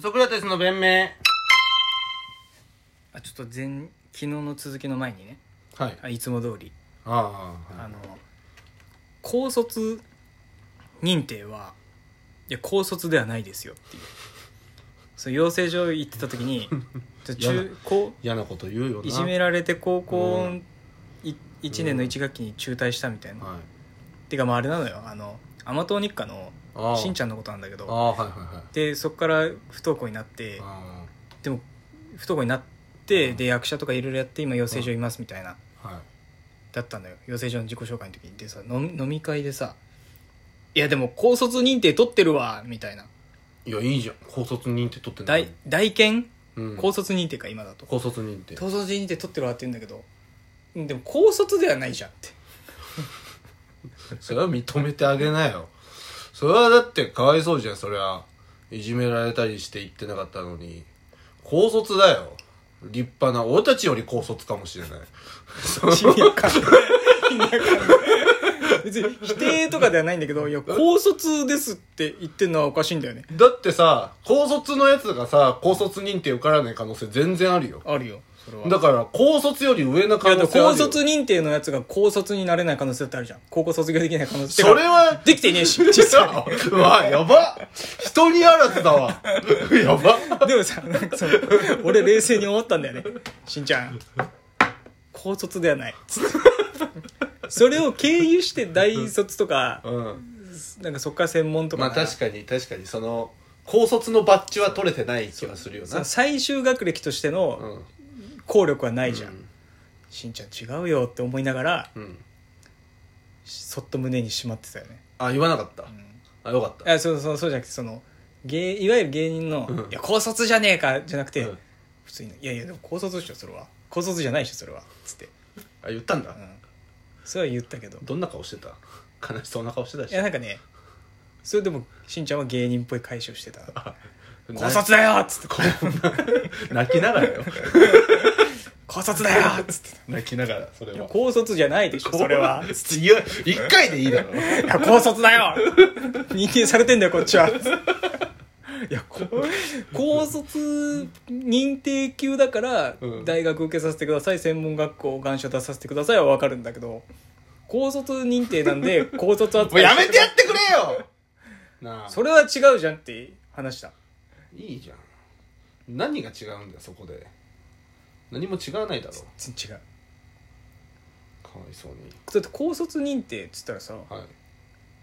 ソクラテスの弁明。あちょっと前昨日の続きの前にねはい。あいつも通りああ。あの高卒認定はいや高卒ではないですよっていうそう養成所行ってた時 にちょ嫌中高嫌なこと言うよな。いじめられて高校うん1年の1学期に中退したみたいな、はい。てかまああれなのよあのアマトー日課のああ。しんちゃん。ゃんのことなんだけあどあ、はいはいはい。でそこから不登校になってあでも不登校になってうんで役者とかいろいろやって今養成所いますみたいなあ。はい。だったのよ養成所の自己紹介の時にでさ飲み飲み会でさ「いやでも高卒認定取ってるわ」みたいないや、いいじゃん。高卒認定取ってんだ大大研うん。高卒認定か今だと高卒認定。高卒認定取ってるわって言うんだけどうんでも高卒ではないじゃ んってそれは認めてあげなよ。それはだってかわいそうじゃん、そりゃ。いじめられたりして言ってなかったのに。高卒だよ。立派な。俺たちより高卒かもしれない。意味わかんない意味わかんない別に否定とかではないんだけど「いや高卒です」って言ってるのはおかしいんだよねだってさ、高卒のやつがさ、高卒認定受からない可能性全然あるよ。あるよそれはだから、高卒より上の可いや能だか性あるよ。ら高卒認定のやつが高卒になれない可能性だってあるじゃん高校卒業できない可能性それは、できてねえし実際うわ、やば人にあらずだわ。やばでもさなんかその俺冷静に思ったんだよねしんちゃん高卒ではないつってそれを経由して大卒とかうん。なんかそっから専門とかまなあら、確かに、確かに、その、高卒のバッジは取れてない気がするよそなの。最終学歴としてのうん。効力はないじゃん、うんしんちゃん違うよって思いながらうん。そっと胸にしまってたよね、あ、言わなかったう。んあ、よかった。あそうそうそうじゃなくてその芸いわゆる芸人の「うんいや高卒じゃねえか」じゃなくて、うん普通に「いやいやでも高卒でしょそれは高卒じゃないでしょそれは」つって、あ、言ったんうだ。ん、それは言ったけどどんな顔してた悲しそうな顔してたいしや。なんかねそれでもしんちゃんは芸人っぽい解消してた「高な卒だよ!」っつって泣きながらよ。 「高卒だよ!」っつって泣きながら、それ「いやは。高卒じゃないでしょそれは」「いや、一回でいい だろ。いや高卒だよ!」「認定されてんだよこっちは」いやこ高卒認定級だからうん大学受けさせてください専門学校願書出させてくださいは分かるんだけど高卒認定な んで高卒もう扱いやめてやってくれよなあそれは違うじゃんって話したいいじゃん何が違うんだよそこで何も違わないだろ全然違うかわいそうにだって高卒認定っつったらさはい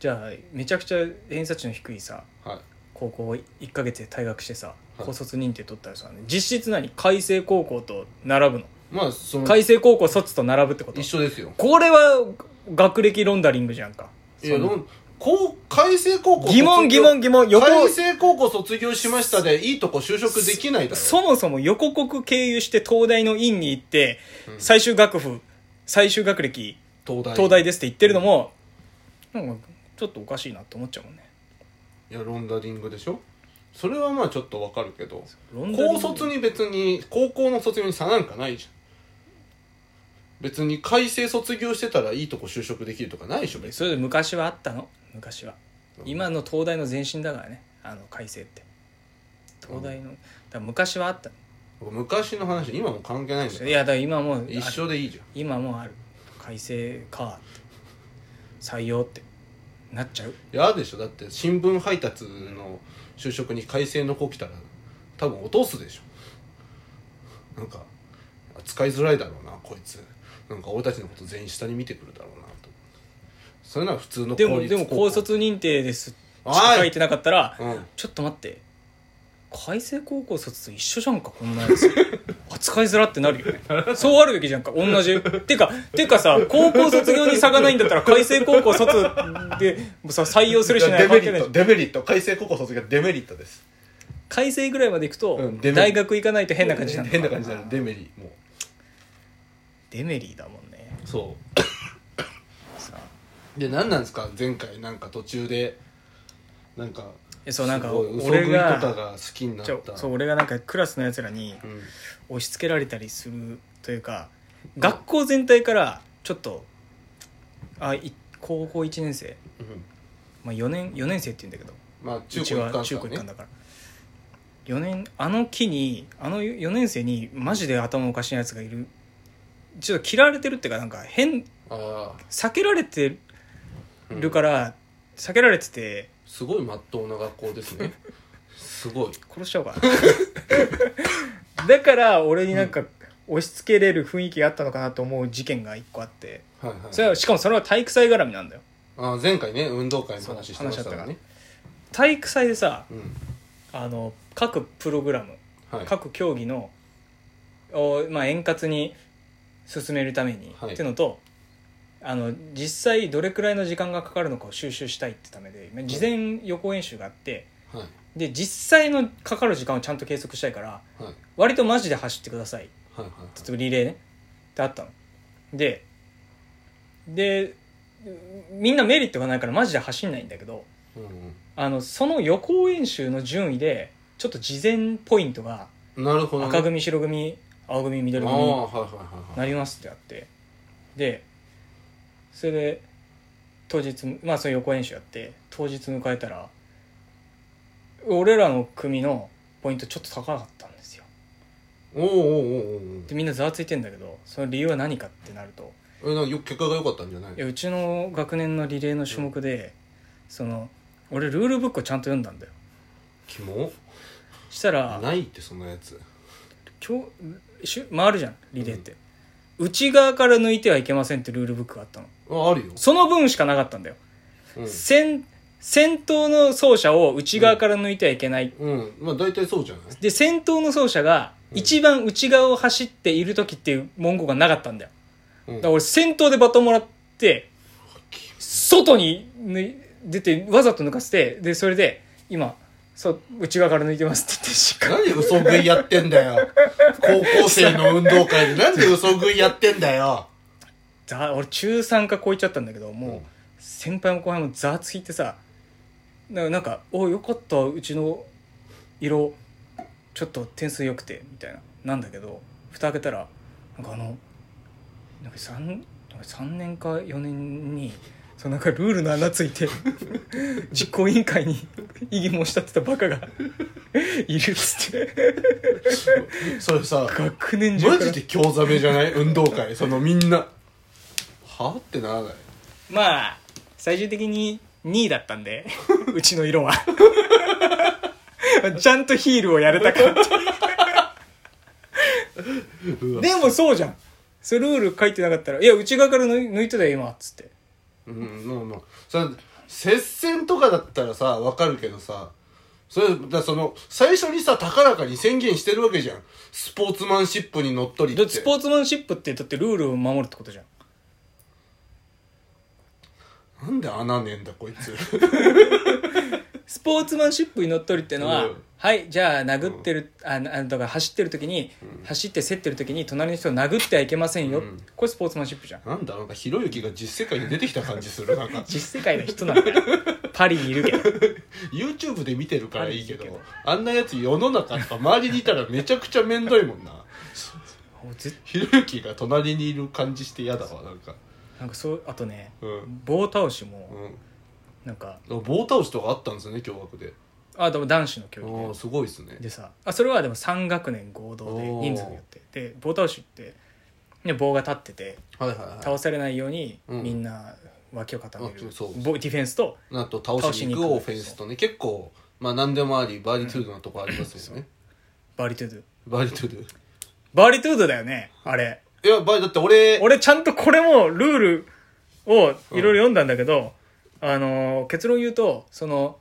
じゃあめちゃくちゃ偏差値の低いさはい高校1ヶ月で退学していさ高卒認定取ったらさ実質何開成高校と並ぶのまあその開成高校卒と並ぶってこと一緒ですよこれは学歴ロンダリングじゃんかいやその論こう開成高校卒業疑問疑問疑問横開成高校卒業しましたでいいとこ就職できないだろそもそも横国経由して東大の院に行って、最終学府最終学歴東大東大ですって言ってるのも、なんかちょっとおかしいなって思っちゃうもんねいやロンダリングでしょそれはまあちょっとわかるけどロンダリン高グ卒に別に高校の卒業に差なんかないじゃん別に改正卒業してたらいいとこ就職できるとかないでしょ別にそれで昔はあったの昔はうん今の東大の前身だからねあの改正って東大のだから昔はあった昔の話今も関係ないんだのいよやだから今もうある一緒でいいじゃん今もうある改正かって採用ってなっちゃう嫌でしょだって新聞配達の就職に改正の子来たら多分落とすでしょなんか扱いづらいだろうなこいつなんか俺たちのこと全員下に見てくるだろうなとそういうのは普通のでも公立でも高校高卒認定ですしおいか書いてなかったらうんちょっと待って開成高校卒と一緒じゃんかこんなやつ 扱いづらってなるよねそうあるべきじゃんか同じてかてかさ高校卒業に差がないんだったら開成高校卒でもうさ採用するしないデメ関リ係なッいじゃトんデメリット改正高校卒業はデメリットです開成ぐらいまで行くと、うんデメリ大学行かないと変な感じなのか変な感じになるデメリもデメリーだもんねうそうさで何なんですか前回なんか途中でなんかえそうなんかすごい嘘俺食いがとかが好きになっちょたそう俺がなんかクラスのやつらにうん押し付けられたりするというか学校全体からちょっとあい高校1年生、うんまあ、4, 年4年生って言うんだけどまあ中うち高一貫は中中高高一一貫貫だだから4年あの木にあの4年生にマジで頭おかしいやつがいるちょっと嫌われてるっていうかなんか変あ避けられてあ、うんるから、避けられててすごいまっとうな学校です ねすごい殺しちゃおうか なだから俺になんか押し付けれる雰囲気があったのかなと思う事件が一個あってはいはいそれはしかもそれは体育祭絡みなんだよあー前回ね運動会の話してましたからね体育祭でさうんあの各プログラムはい各競技の、をまあ、円滑に進めるために、はいっていうのとあの実際どれくらいの時間がかかるのかを収集したいってためでまあ事前予行演習があってはいで実際のかかる時間をちゃんと計測したいからはい割とマジで走ってくださいはいはい例えばリレーねってあったのででみんなメリットがないからマジで走んないんだけどうんあのその予行演習の順位でちょっと事前ポイントがうんなるほどね赤組白組青組緑あ組あにはいはいはいはいなりますってあってでそれで当日まあその予行演習やって当日迎えたら俺らの組のポイントちょっと高かったんですよおおおうおうおうでみんなざわついてんだけどその理由は何かってなるとおうえなんかよ結果が良かったんじゃないいやうちの学年のリレーの種目でその俺ルールブックをちゃんと読んだんだよキモしたらないってそんなやつ今日しゅ回るじゃんリレーって、内側から抜いてはいけませんってルールブックがあったのああるよその分しかなかったんだよう先先頭の走者を内側から抜いてはいけない、ん、うん、まあ大体そうじゃないで先頭の走者がうん一番内側を走っている時っていう文言がなかったんだようんだから俺先頭でバトンもらってキ外に抜い出てわざと抜かせてでそれで今そう内側から抜いてますって言ってしっかり何嘘食いやってんだよ高校生の運動会でなんで嘘食いやってんだよざ俺中3か超えちゃったんだけどもう、うん先輩も後輩もざわついてさななんか「およかったうちの色ちょっと点数良くて」みたいななんだけど蓋開けたらなんかあのなんか 3, なんか3年か4年にそのなんかルールの穴ついて実行委員会に異議申し立てたバカがいるっつってそれさ学年中マかジらで興ざめじゃない運動会そのみんなはってならないまあ最終的に2位だったんで うちの色は ちゃんとヒールをやれたからうわでもそうじゃんそれルール書いてなかったら「いや内側から抜い抜いてたよ今」っつってうんまあまあそれ接戦とかだったらさわかるけどさそれだからその最初にさ高らかに宣言してるわけじゃんスポーツマンシップにのっとりっだっててスポーツマンシップってだってルールを守るってことじゃんなんで穴ねえんだこいつスポーツマンシップにのっとりってのは、うんはいじゃあ殴ってる、あなあだから走ってる時に、走って競ってる時に隣の人を殴ってはいけませんよ、うんこれスポーツマンシップじゃんなんだなんかひろゆきが実世界に出てきた感じするなんか実世界の人なん だよパリにいるけど YouTube で見てるからいいけあいいけどどあんなやつ世の中とか周りにいたらめちゃくちゃめんどいもん なおぜひろゆきが隣にいる感じして嫌だわなんかなんかそうあとねうん棒倒しも、うなんかん棒倒しとかあったんですよね共学であでも男子のあ競技ーすごいですねででさあそれはでも3学年合同でおー人数によってで棒倒しって、ね、棒が立っててはいはいは倒されないようにうんみんな脇を固める、あそうそう棒ディフェンスといなんと倒しに行くオフェンスとね結構まあ何でもありバーリトゥードなとこありますよねバリトゥードゥバーリトゥーバリトゥードだよねあれドいやバーだって俺俺ちゃんとこれもルールをいろいろ読んだんだけど、あのー結論言うとその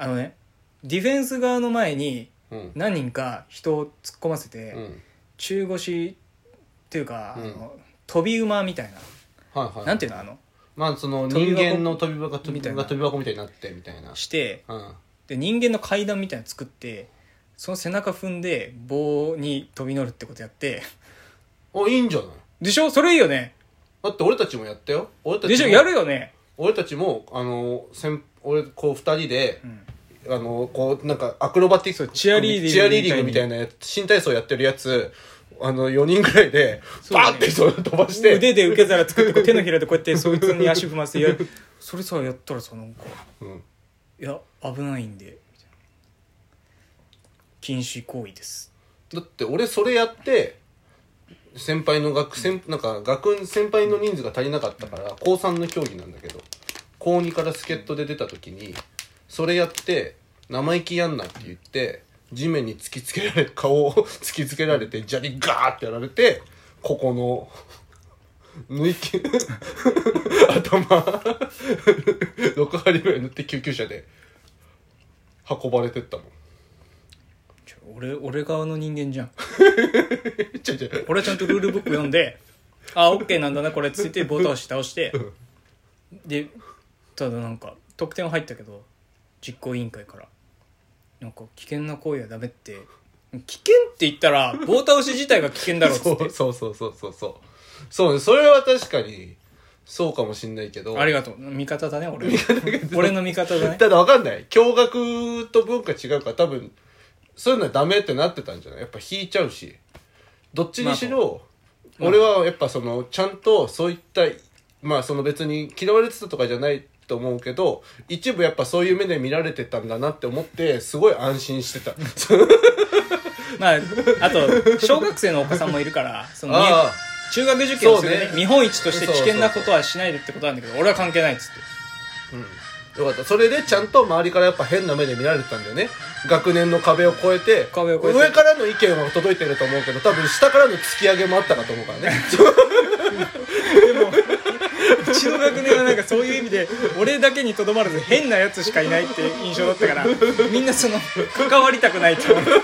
あのねディフェンス側の前にうん何人か人を突っ込ませて、うん中腰っていうか、うんあの飛び馬みたいな、はいはいなんていうのあのまあその飛び人間箱の飛び箱みたいがな飛び箱みたいになってみたいなしてうんで人間の階段みたいなの作ってその背中踏んで棒に飛び乗るってことやっておいいんじゃないでしょそれいいよねだって俺たちもやったよ俺たちでしょもやるよね、俺たちもあの先俺こう二人でうん、あのこうなんかアクロバティックチアリーディングチアリーディングみたいなやつ新体操やってるやつあの4人ぐらいでそうバだーねってその飛ばして腕で受け皿作ってこう手のひらでこう やってそいつに足踏ませてやるそれさやったらさなんかうんいや危ないんでみたいな禁止行為ですだって俺それやって先輩の学先なんか学先輩の人数が足りなかったから高3の競技なんだけど高2から助っ人で出た時にそれやって生意気やんなって言って地面に突きつけられ顔を 突きつけられて砂利ガーってやられてここの縫いき 頭 6針ぐらい塗って救急車で運ばれてったもん ちょ俺俺側の人間じゃんちょいちょい俺はちゃんとルールブック読んであオッケーなんだなこれついてボタン押し倒してでただなんか得点は入ったけど実行委員会からなんか危険な行為はダメって危険って言ったら棒倒し自体が危険だろっつそっうてそうそうそうそうそうそうねそれは確かにそうかもしんないけどありがとう味方だね俺俺の味方だねただわかんない驚愕と文化違うから多分そういうのはダメってなってたんじゃないやっぱ引いちゃうしどっちにしろ、俺はやっぱそのちゃんとそういったまあその別に嫌われてたとかじゃないと思うけど一部やっぱそういう目で見られてたんだなって思ってすごい安心して たまああと小学生のお子さんもいるからそのああ中学受験をする、そねうね日本一として危険なことはしないでってことなんだけど俺は関係ないっつってよかったそれでちゃんと周りからやっぱ変な目で見られてたんだよね学年の壁を越えて壁を越えて上からの意見は届いてると思うけど多分下からの突き上げもあったかと思う からねうちの学年はなんかそういう意味で俺だけにとどまらず変なやつしかいないって印象だったからみんなその関わりたくないってい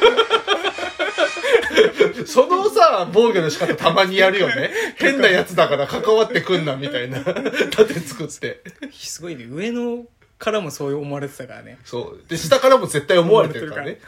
うそのさ防御の仕方たまにやるよね変なやつだから関わってくんなみたい な盾作ってすごいね上のからもそう思われてたからねそうで下からも絶対思われてるからね